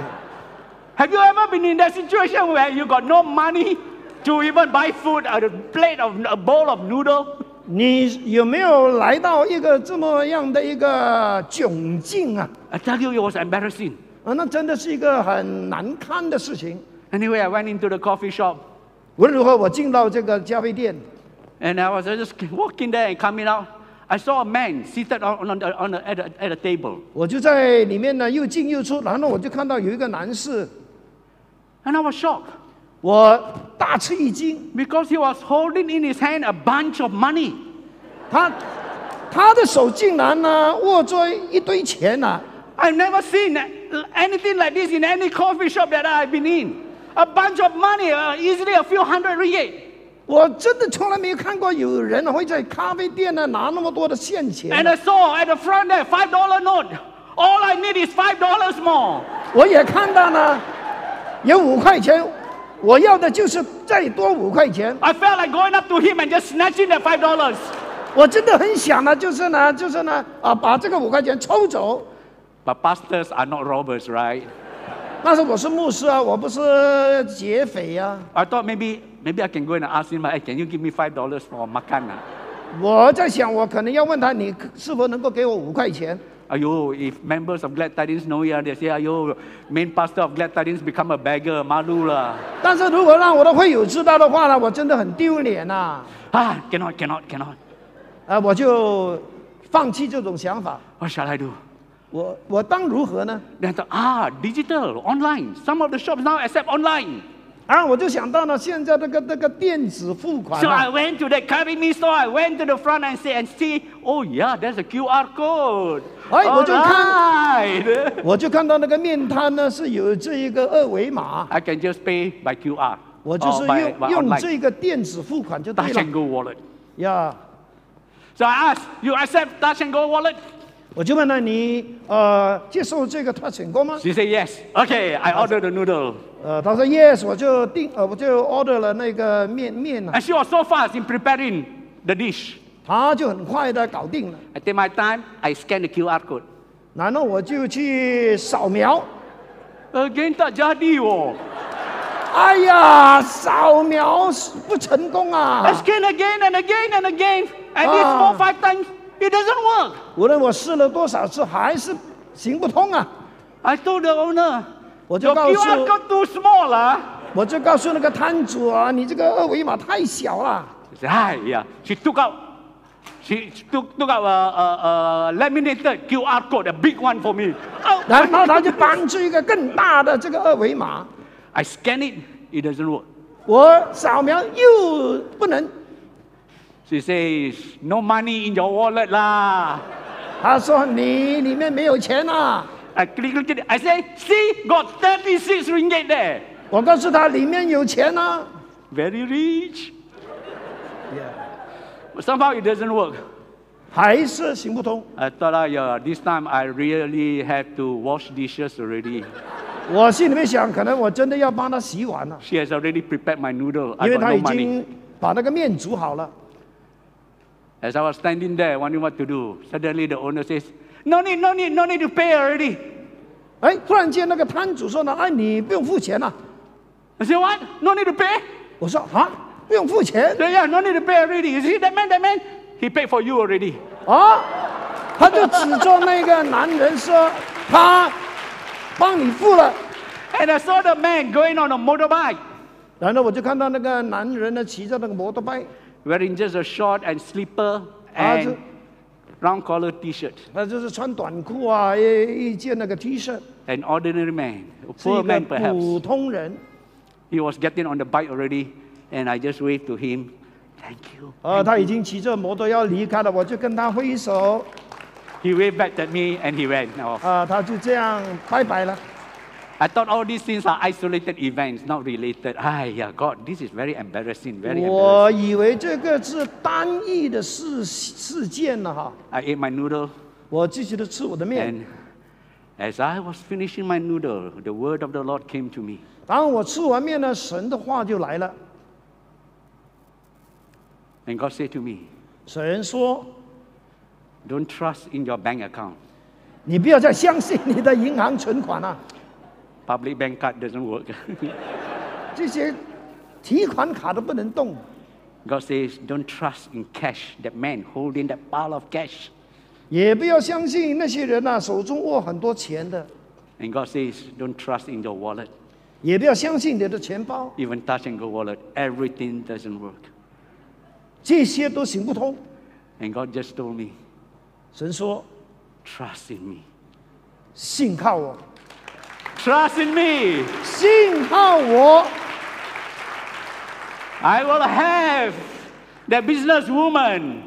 Speaker 1: Have you ever been in that situation where you got no money to even buy food, a plate of, a bowl of noodle?
Speaker 2: 你有没有来到一个这么样的一个窘境啊？
Speaker 1: I tell you, it was embarrassing.
Speaker 2: 啊，那真的是一个很难堪的事情。
Speaker 1: Anyway, I went into the coffee shop
Speaker 2: 无论如何，我进到这个咖啡店，
Speaker 1: and I was just walking there and coming out. I saw a man seated on, on, the, on the, at, a, at a table.
Speaker 2: 我就在里面呢又进又出，然后我就看到有一个男士，
Speaker 1: And I was shocked.
Speaker 2: 我大吃一惊。
Speaker 1: Because he was holding in his hand a bunch of money.
Speaker 2: 他他的手竟然呢、握着一堆钱啊呐、
Speaker 1: I've never seen anything like this in any coffee shop that I've been in. A bunch of money, uh, easily a few hundred ringgit.
Speaker 2: 我真的从来没有看过有人会在咖啡店呢拿那么多的现
Speaker 1: And
Speaker 2: 钱。
Speaker 1: I saw at the front there, five dollar note. All I need is five dollars more.
Speaker 2: 我也看到呢，有五块钱，我要的就是再多五块钱。
Speaker 1: I felt like going up to him and just snatching that five dollars.
Speaker 2: 我真的很想呢，就是呢，就是呢，啊，把这个五块钱抽走。
Speaker 1: But pastors are not robbers, right?
Speaker 2: 但是我是牧师啊，我不是劫匪啊呀、
Speaker 1: I thought maybe, maybe I can go and ask him, "Hey, can you give me five dollars for makan? ah?"
Speaker 2: 我在想，我可能要问他，你是否能够给我五块钱？
Speaker 1: Ayo, if members of Glad Tidings know ya, they say, ayo, main pastor of Glad Tidings become a beggar, malu lah.
Speaker 2: 但是如果让我的会友知道的话呢，我真的很丢脸呐、啊！
Speaker 1: Ah, cannot, cannot, cannot.
Speaker 2: 我就放弃这种想法。
Speaker 1: What shall I do?
Speaker 2: 我我当如何呢？
Speaker 1: Then I thought, ah, digital, online. Some of the shops now accept online.
Speaker 2: 啊，我就想到了现在这个这个电子付款、
Speaker 1: So I
Speaker 2: 啊，
Speaker 1: went to the carry me store. I went to the front and say and see. Oh yeah, there's a QR code.
Speaker 2: Oi,
Speaker 1: All
Speaker 2: what you can-
Speaker 1: right.
Speaker 2: 我就看到那个面摊呢是有这一个二维码，
Speaker 1: I can just pay by QR
Speaker 2: 我就是
Speaker 1: or
Speaker 2: 用、
Speaker 1: by, by
Speaker 2: 用
Speaker 1: 哦 online.
Speaker 2: 这个电子付款就对
Speaker 1: Touch
Speaker 2: 了
Speaker 1: and go wallet.
Speaker 2: 呀。
Speaker 1: So I asked, you accept touch and go wallet?
Speaker 2: 我就问了你，呃，接受这个他成功吗？
Speaker 1: She said yes. Okay, I ordered the noodle.
Speaker 2: 呃，他说 yes，我就订，呃，我就 order 了那个面面啊了、
Speaker 1: And she was so fast in preparing the dish.
Speaker 2: 他就很快的搞定了。
Speaker 1: I take my time. I scan the QR code.
Speaker 2: 然后我就去扫描，
Speaker 1: Again tak jadi oh.
Speaker 2: 哎呀，扫描不成功
Speaker 1: I
Speaker 2: 啊！
Speaker 1: scan again and again and again. At least four
Speaker 2: Ah.
Speaker 1: five times. It doesn't work.
Speaker 2: 无论我试了多少次，还是行不通啊！
Speaker 1: I told the owner,
Speaker 2: Well,
Speaker 1: your
Speaker 2: you got
Speaker 1: QR
Speaker 2: to-
Speaker 1: code too small. ah."
Speaker 2: 我就告诉那个摊主啊，你这个二维码太小了。
Speaker 1: She said, "Hi, yeah." She took out, she took, took out a, a, a laminated QR code, a big one for me. Oh,
Speaker 2: 然后他就搬出一个更大的这个二维码，
Speaker 1: I scan it, it doesn't work.
Speaker 2: 我扫描又不能。
Speaker 1: She says, no money in your wallet lah.
Speaker 2: 他说你里面没有钱啊。
Speaker 1: I click, click it. I say, see, got 36 ringgit there.
Speaker 2: 我告诉他里面有钱啊。
Speaker 1: Very rich. But somehow it doesn't work.
Speaker 2: 还是行不通。
Speaker 1: I thought, "Ah, yeah, this time I really have to wash dishes already.
Speaker 2: 我心里面想，可能我真的要帮他洗碗了、
Speaker 1: She has already prepared my noodle.
Speaker 2: 因
Speaker 1: I
Speaker 2: 为
Speaker 1: got
Speaker 2: 他
Speaker 1: no
Speaker 2: 已
Speaker 1: money.
Speaker 2: 经把那个面煮好了。
Speaker 1: As I was standing there wondering what to do, suddenly the owner says, No need, no need, no need to pay already.
Speaker 2: 哎，突然间那个摊主说呢，哎，你不用付钱了、
Speaker 1: I said, What? No need to pay?
Speaker 2: 我说啊，不用付钱
Speaker 1: So yeah, no need to pay already. You see that man, that man? He paid for you already.
Speaker 2: 啊？他就指着那个男人说，他帮你付了。
Speaker 1: And I saw the man going on a motorbike,
Speaker 2: 然后我就看到那个男人呢，骑着那个摩托拜，
Speaker 1: wearing just a short and slipper
Speaker 2: Ah,
Speaker 1: and
Speaker 2: so-
Speaker 1: round collar t-shirt.
Speaker 2: 他就是穿短裤啊，一一件那个 T 恤，
Speaker 1: An ordinary man, a
Speaker 2: 是一
Speaker 1: poor
Speaker 2: 个
Speaker 1: man perhaps.
Speaker 2: 普通人。
Speaker 1: He was getting on the bike already, and I just waved to him, Thank you.
Speaker 2: 啊，他已经骑着摩托要离开了，我就跟他挥手，
Speaker 1: He waved back at me and he went off.
Speaker 2: 啊，他就这样拜拜了。
Speaker 1: I thought all these things are isolated events, not related. Ay, yeah, God, this is very embarrassing, very
Speaker 2: 我以为这个是单一的事事件了哈，
Speaker 1: embarrassing. I ate my noodle,
Speaker 2: 我继续的吃我的面。
Speaker 1: and as I was finishing my noodle, the word of the Lord came to me.
Speaker 2: 然后我吃完面呢，神的话就来了。
Speaker 1: And God said to me,
Speaker 2: 神说
Speaker 1: Don't trust in your bank account.：“
Speaker 2: 你不要再相信你的银行存款了、啊
Speaker 1: Public bank card doesn't work.
Speaker 2: 这些提款卡都不能动。
Speaker 1: God says, Don't trust in cash, that man holding that pile of cash.
Speaker 2: 也不要相信那些人呐、啊手中握很多钱的，
Speaker 1: And God says, Don't trust in your wallet,
Speaker 2: 也不要相信你的钱包，
Speaker 1: even touch and go wallet. Everything doesn't work.
Speaker 2: 这些都行不通。
Speaker 1: And God just told me, ”
Speaker 2: 神说
Speaker 1: Trust in me.：“
Speaker 2: 信靠我。”
Speaker 1: Trust in me.
Speaker 2: 信靠我，
Speaker 1: I will have the businesswoman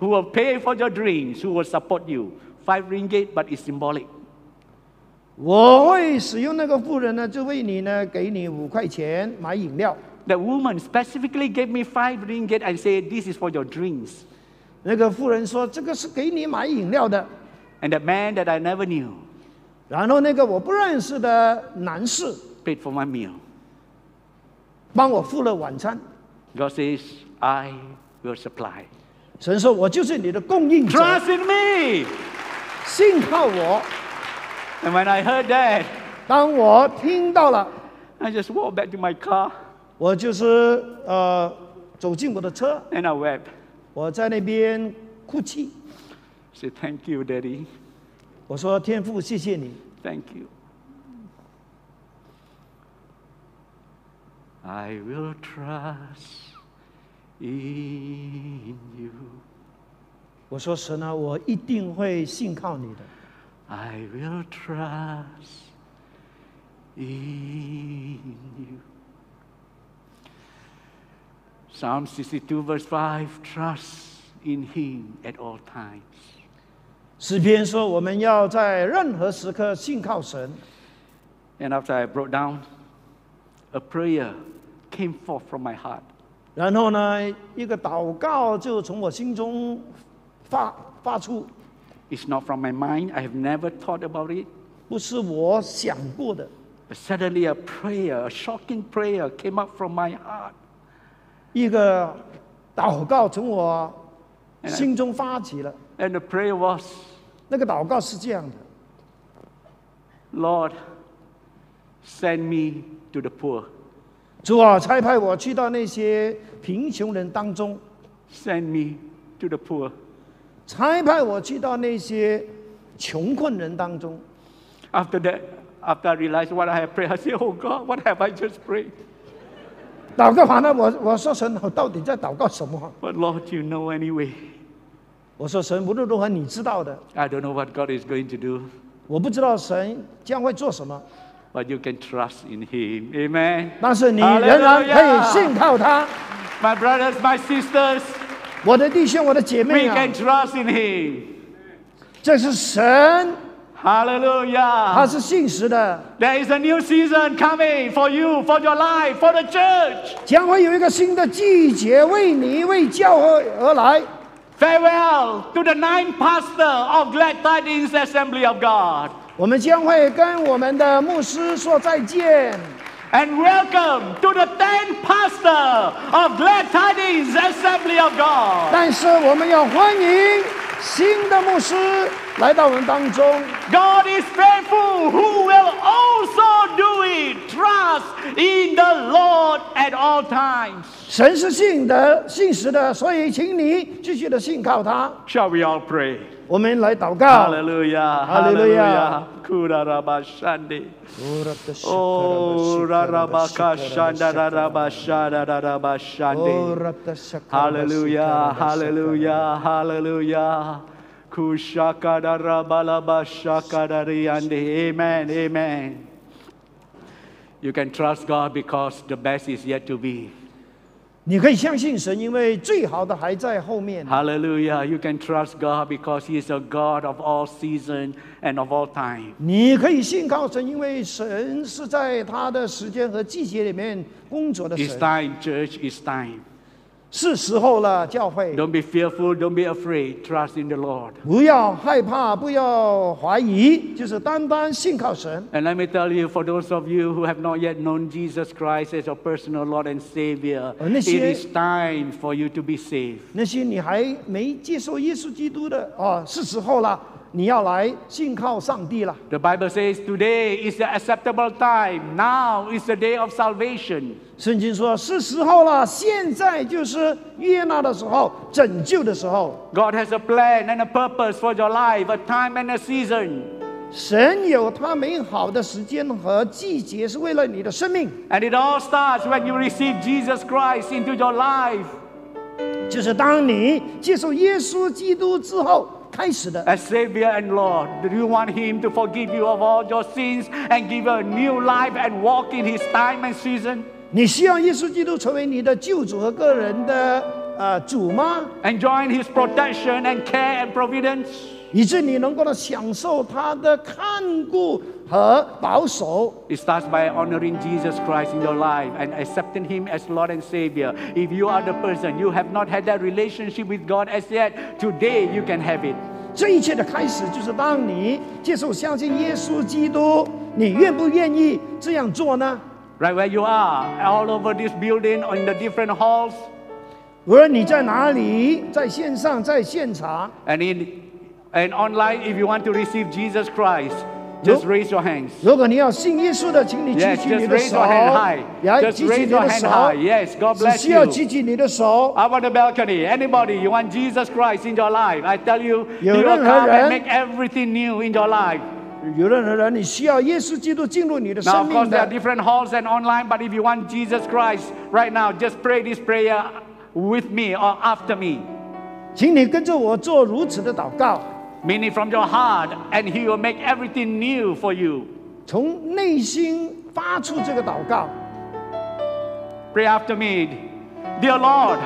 Speaker 1: who will pay for your dreams, who will support you. Five ringgit, but it's symbolic.
Speaker 2: 我会使用那个妇人呢，就为你呢，给你五块钱买饮料。
Speaker 1: The woman specifically gave me five ringgit and said, This is for your dreams.
Speaker 2: 那个妇人说：“这个是给你买饮料的。
Speaker 1: And the man that I never knew ”
Speaker 2: 然后那个我不认识的男士
Speaker 1: paid for my meal.
Speaker 2: 帮我付了晚餐。
Speaker 1: God says, I will supply.
Speaker 2: 神说：“我就是你的供应者，
Speaker 1: Trust in me.
Speaker 2: 信靠我。
Speaker 1: And when I heard that,
Speaker 2: 当我听到了，
Speaker 1: I just walked back to my car
Speaker 2: 我就是呃走进我的车，
Speaker 1: and I wept.
Speaker 2: 我在那边哭泣。
Speaker 1: I said, Thank you, Daddy.
Speaker 2: 我说天父，谢谢你，
Speaker 1: Thank you. I will trust in you.
Speaker 2: 我说神啊，我一定会信靠你的，
Speaker 1: I will trust in you. Psalm 62, verse 5 Trust in Him at all times.
Speaker 2: 诗篇说我们要在任何时刻信靠神。
Speaker 1: And after I broke down, a prayer came forth from my heart.
Speaker 2: 然后呢，一个祷告就从我心中发发出，
Speaker 1: It's not from my mind, I have never thought about it.
Speaker 2: 不是我想过的。
Speaker 1: But suddenly, a prayer, a shocking prayer, came up from my heart.
Speaker 2: 一个祷告从我
Speaker 1: 哎
Speaker 2: 心中发起了。
Speaker 1: And the prayer was,
Speaker 2: 那个祷告是这样的：
Speaker 1: Lord, send me to the poor.
Speaker 2: 主啊，差派我去到那些贫穷人当中，
Speaker 1: Send me to the poor.
Speaker 2: 差派我去到那些穷困人当中。
Speaker 1: After that, after I realized what I have prayed, I said, Oh God, what have I just prayed?
Speaker 2: 祷告完了，我我说神，我到底在祷告什么？
Speaker 1: But Lord, you know anyway.
Speaker 2: 我说神，无论如何你知道的，
Speaker 1: I don't know what God is going to do,
Speaker 2: 我不知道神将会做什么，
Speaker 1: but you can trust in Him. Amen.
Speaker 2: 但是你仍然可以
Speaker 1: Hallelujah.
Speaker 2: 信靠他。
Speaker 1: My brothers, my sisters,
Speaker 2: 我的弟兄，我的姐
Speaker 1: we
Speaker 2: 妹啊
Speaker 1: can，trust in Him.
Speaker 2: 这是神，他
Speaker 1: Hallelujah.
Speaker 2: 是信实的，
Speaker 1: There is a new season coming for you, for your life, for the church.
Speaker 2: 将会有一个新的季节为你为教会而来。
Speaker 1: Farewell to the ninth pastor of Glad Tidings Assembly of God.
Speaker 2: 我们将会跟我们的牧师说再见，
Speaker 1: And welcome to the 10th pastor of Glad Tidings Assembly of God.
Speaker 2: 但是我们要欢迎新的牧师来到我们当中。
Speaker 1: God is faithful who will also do it. Trust in the Lord at all times.
Speaker 2: 神是信的、信实的，所以请你继续的信靠他。
Speaker 1: Shall we all pray?
Speaker 2: 我们来祷告。
Speaker 1: Oh. 哦 Hallelujah.
Speaker 2: Hallelujah.
Speaker 1: Kurarabashande. Oh, rarabakashanda, rarabashada,
Speaker 2: 哦
Speaker 1: rarabashande. Hallelujah, hallelujah, hallelujah. Kushakadarabalabash Amen, amen. You can trust God because the best is yet to be.
Speaker 2: 你可以相信神，因为最好的还在后面。
Speaker 1: Hallelujah. You can trust God because He is a God of all season and of all time.
Speaker 2: 你可以信靠神，因为神是在他的时间和季节里面工作的
Speaker 1: It's
Speaker 2: 神。
Speaker 1: time, church, it's time.
Speaker 2: 是时候了，教会
Speaker 1: Don't be fearful, don't be afraid. Trust in the Lord.
Speaker 2: 不要害怕，不要怀疑，就是单单信靠神。
Speaker 1: And let me tell you, for those of you who have not yet known Jesus Christ as your personal Lord and Savior,
Speaker 2: Ở nơi
Speaker 1: it
Speaker 2: xưa-
Speaker 1: is time for you to be saved.
Speaker 2: 那些你还没接受耶稣基督的哦，是时候了，你要来信靠上帝了。
Speaker 1: The Bible says today is the acceptable time. Now is the day of salvation.
Speaker 2: 圣经说是时候了，现在就是悦纳的时候，拯救的时候。
Speaker 1: God has a plan and a purpose for your life, a time and a season.
Speaker 2: 神有他美好的时间和季节，是为了你的生命，
Speaker 1: And it all starts when you receive Jesus Christ into your life
Speaker 2: 就是当你接受耶稣基督之后开始的。
Speaker 1: as Savior and Lord. Do you want Him to forgive you of all your sins and give you a new life and walk in His time and season?
Speaker 2: 你希望耶稣基督成为你的救主和个人的呃主吗？
Speaker 1: enjoying His protection and care and providence?
Speaker 2: 以致你能够呢享受他的看顾和保守。
Speaker 1: It starts by honoring Jesus Christ in your life and accepting Him as Lord and Savior. If you are the person you have not had that relationship with God as yet, today you can have it.
Speaker 2: 这一切的开始就是当你接受相信耶稣基督，你愿不愿意这样做呢？
Speaker 1: Right where you are, all over this building, on the different halls,
Speaker 2: 无论你在哪里，在线上，在现场。
Speaker 1: and in and online, if you want to receive Jesus Christ, Just raise your hands.
Speaker 2: 如果你要信耶稣的，请你举
Speaker 1: Yes,
Speaker 2: 起
Speaker 1: just
Speaker 2: 你的
Speaker 1: raise
Speaker 2: 手
Speaker 1: your hand high.，
Speaker 2: 来
Speaker 1: Just
Speaker 2: 举起
Speaker 1: raise
Speaker 2: 你
Speaker 1: your
Speaker 2: 的
Speaker 1: hand
Speaker 2: 手
Speaker 1: high. Yes, God
Speaker 2: 只
Speaker 1: bless
Speaker 2: 需要
Speaker 1: you.
Speaker 2: 举起你的手。
Speaker 1: I want a balcony. Anybody, you want Jesus Christ in your life? I tell you, He will
Speaker 2: 有任何
Speaker 1: come and
Speaker 2: 人-
Speaker 1: make everything new in your life.
Speaker 2: 有任何人，你需要耶稣基督进入你的
Speaker 1: Now,
Speaker 2: 生
Speaker 1: of
Speaker 2: 命
Speaker 1: course, there are
Speaker 2: 的，
Speaker 1: different halls and online, but if you want Jesus Christ right now, just pray this prayer with me or after me.
Speaker 2: 请你跟着我做如此的祷告，
Speaker 1: Meaning from your heart, and He will make everything new for you.
Speaker 2: 从内心发出这个祷告。
Speaker 1: Pray after me. Dear Lord,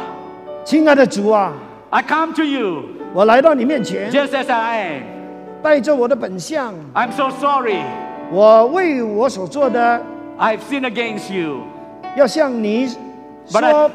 Speaker 2: 亲爱的主啊，
Speaker 1: I come to you
Speaker 2: 我来到你面前，
Speaker 1: just as I am.
Speaker 2: 带着我的本相，
Speaker 1: I'm so sorry
Speaker 2: 我为我所做的，
Speaker 1: I've sinned against you,
Speaker 2: 要向你
Speaker 1: But I-
Speaker 2: 说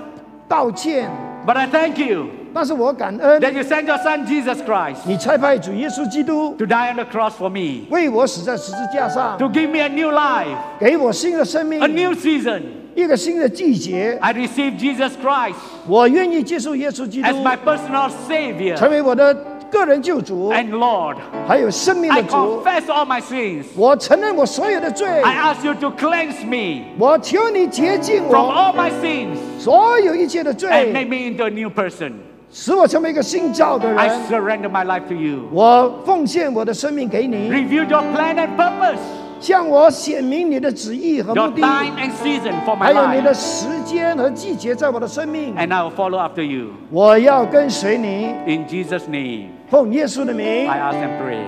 Speaker 2: 道歉。
Speaker 1: but I thank you
Speaker 2: 但是我感恩
Speaker 1: that you sent your Son Jesus Christ
Speaker 2: 你差派主耶稣基督
Speaker 1: to die on the cross for me.
Speaker 2: 为我死在十字架上，
Speaker 1: to give me a new life,
Speaker 2: 给我新的生命
Speaker 1: a，new season.
Speaker 2: 一个新的季节。
Speaker 1: I receive Jesus Christ
Speaker 2: 我愿意接受耶稣基督
Speaker 1: as my personal
Speaker 2: 成
Speaker 1: Savior
Speaker 2: 为我的个人救主，
Speaker 1: and Lord.
Speaker 2: 还有生命
Speaker 1: I
Speaker 2: 的主。
Speaker 1: confess all my sins.
Speaker 2: 我承认我所有的罪，
Speaker 1: I ask you to cleanse me
Speaker 2: 我求你洁净
Speaker 1: from
Speaker 2: 我
Speaker 1: all my sins
Speaker 2: 所有一切的
Speaker 1: and make
Speaker 2: 罪，
Speaker 1: me into a new person.
Speaker 2: 使我成为一个新造的
Speaker 1: I
Speaker 2: 人。
Speaker 1: surrender my life to you.
Speaker 2: 我奉献我的生命给你，
Speaker 1: Reveal your plan and purpose,
Speaker 2: 向我显明你的旨意和目
Speaker 1: your
Speaker 2: 的，
Speaker 1: time and season for my
Speaker 2: 还有你的
Speaker 1: life.
Speaker 2: 时间和季节在我的生命。
Speaker 1: And I will follow after you.
Speaker 2: 我要跟随你，
Speaker 1: In Jesus' name,
Speaker 2: 奉耶稣的名
Speaker 1: I ask and pray.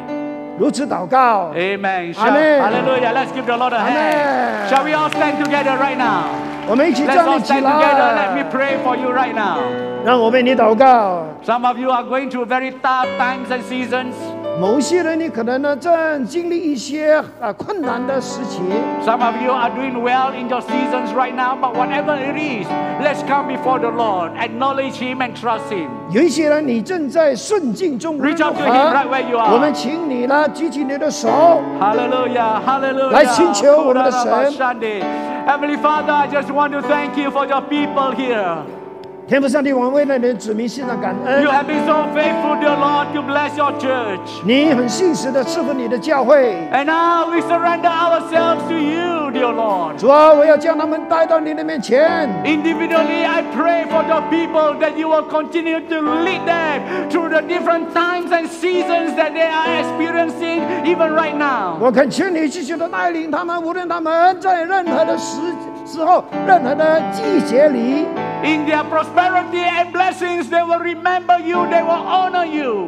Speaker 2: 如此祷告。
Speaker 1: Amen. Shout,
Speaker 2: Amen.
Speaker 1: Hallelujah. Let's give the Lord a hand.
Speaker 2: Amen.
Speaker 1: Shall we all stand together right now?
Speaker 2: 我们一起
Speaker 1: Let's
Speaker 2: 站
Speaker 1: all
Speaker 2: 立起
Speaker 1: stand together. Let
Speaker 2: 来
Speaker 1: me，pray for you right now.
Speaker 2: 让我为你祷告。
Speaker 1: Some of you are going through very tough times and seasons.
Speaker 2: 某些人你可能呢正经历一些啊困难的事情，
Speaker 1: Some of you are doing well in your seasons right now. But whatever it is, let's come before the Lord, acknowledge Him and trust Him.
Speaker 2: 有一些人你正在顺境中
Speaker 1: Reach out to
Speaker 2: 如何
Speaker 1: him right where you are.
Speaker 2: 我们请你呢举起你的手，
Speaker 1: Hallelujah, hallelujah.
Speaker 2: 来寻求我们的神。
Speaker 1: Kurarabashande. Heavenly Father, I just want to thank you for your people here.
Speaker 2: 天父上帝，我们为了你的子民献上感
Speaker 1: You
Speaker 2: 恩。
Speaker 1: have been so faithful, dear Lord, to bless your church.
Speaker 2: 你很信实的赐福你的教会，
Speaker 1: And now we surrender ourselves to you, dear Lord.
Speaker 2: 主啊，我要将他们带到你的面前。
Speaker 1: Individually, I pray for the people that you will continue to lead them through the different times and seasons that they are experiencing, even right now.
Speaker 2: 我恳求你继续的带领他们，无论他们在任何的时时候、任何的季节里，
Speaker 1: In their prosperity and blessings, they will remember you, they will honor you.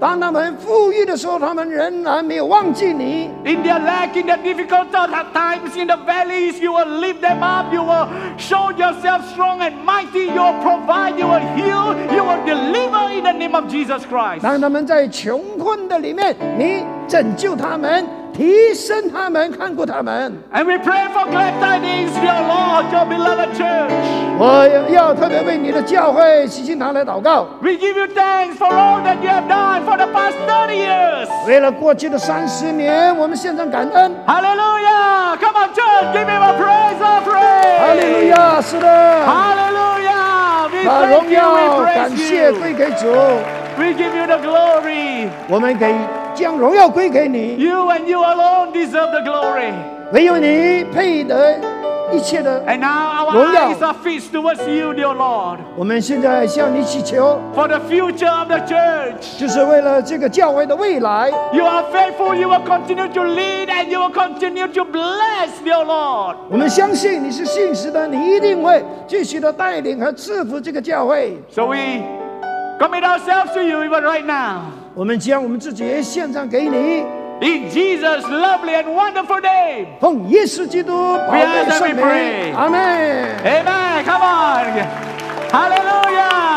Speaker 2: 当他们富裕的时候，他们仍然没有忘记你。
Speaker 1: In their lack, in their difficult times, in the valleys, you will lift them up. You will show yourself strong and mighty. You will provide, you will heal, you will deliver in the name of Jesus Christ.
Speaker 2: 当他们在穷困的里面，你拯救他们，提升他们，看顾他们。
Speaker 1: And we pray for glad tidings, dear Lord, your beloved church.
Speaker 2: 我要特别为你的教会喜庆堂来祷告，
Speaker 1: We give you thanks for all that you have done for the past 30 years.
Speaker 2: 为了过去的三十年，我们献上感恩。
Speaker 1: Hallelujah! Come on, church, give him a praise offering.
Speaker 2: 哈利路亚，是的，
Speaker 1: Hallelujah! We
Speaker 2: 把
Speaker 1: thank
Speaker 2: 荣
Speaker 1: you,
Speaker 2: 耀、感
Speaker 1: we
Speaker 2: 谢
Speaker 1: praise
Speaker 2: 归
Speaker 1: you.
Speaker 2: 给主，
Speaker 1: We give you the glory.
Speaker 2: 我们给将荣耀归给你，
Speaker 1: You and you alone deserve the glory.
Speaker 2: 唯有你配得一切的。
Speaker 1: And now our
Speaker 2: 荣耀。
Speaker 1: eyes are fixed towards you, dear Lord,
Speaker 2: 我们现在向你祈求，
Speaker 1: for the future of the church.
Speaker 2: 就是为了这个教会的未来。
Speaker 1: You are faithful, you will continue to lead, and you will continue to bless, dear Lord.
Speaker 2: 我们相信你是信实的，你一定会继续的带领和赐福这个教会。
Speaker 1: So we commit ourselves to you even right now.
Speaker 2: 我们将我们自己也献上给你，
Speaker 1: In Jesus' lovely and wonderful name.
Speaker 2: 奉耶稣基督宝
Speaker 1: We ask
Speaker 2: 贵
Speaker 1: and we
Speaker 2: 圣
Speaker 1: pray.
Speaker 2: 名，阿门。
Speaker 1: Amen. Come on. Hallelujah.